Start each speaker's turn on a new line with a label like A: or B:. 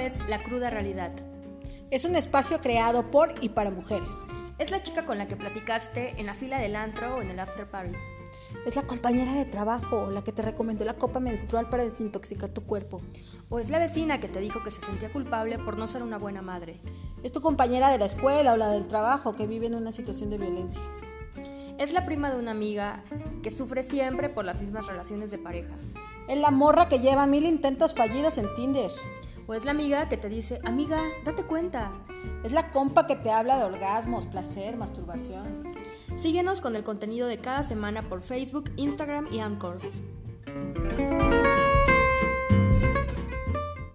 A: es La Cruda Realidad.
B: Es un espacio creado por y para mujeres.
A: Es la chica con la que platicaste en la fila del antro o en el after party.
B: Es la compañera de trabajo, la que te recomendó la copa menstrual para desintoxicar tu cuerpo.
A: O es la vecina que te dijo que se sentía culpable por no ser una buena madre.
B: Es tu compañera de la escuela o la del trabajo que vive en una situación de violencia.
A: Es la prima de una amiga que sufre siempre por las mismas relaciones de pareja.
B: Es la morra que lleva mil intentos fallidos en Tinder.
A: O es la amiga que te dice, amiga, date cuenta.
B: Es la compa que te habla de orgasmos, placer, masturbación.
A: Síguenos con el contenido de cada semana por Facebook, Instagram y Anchor.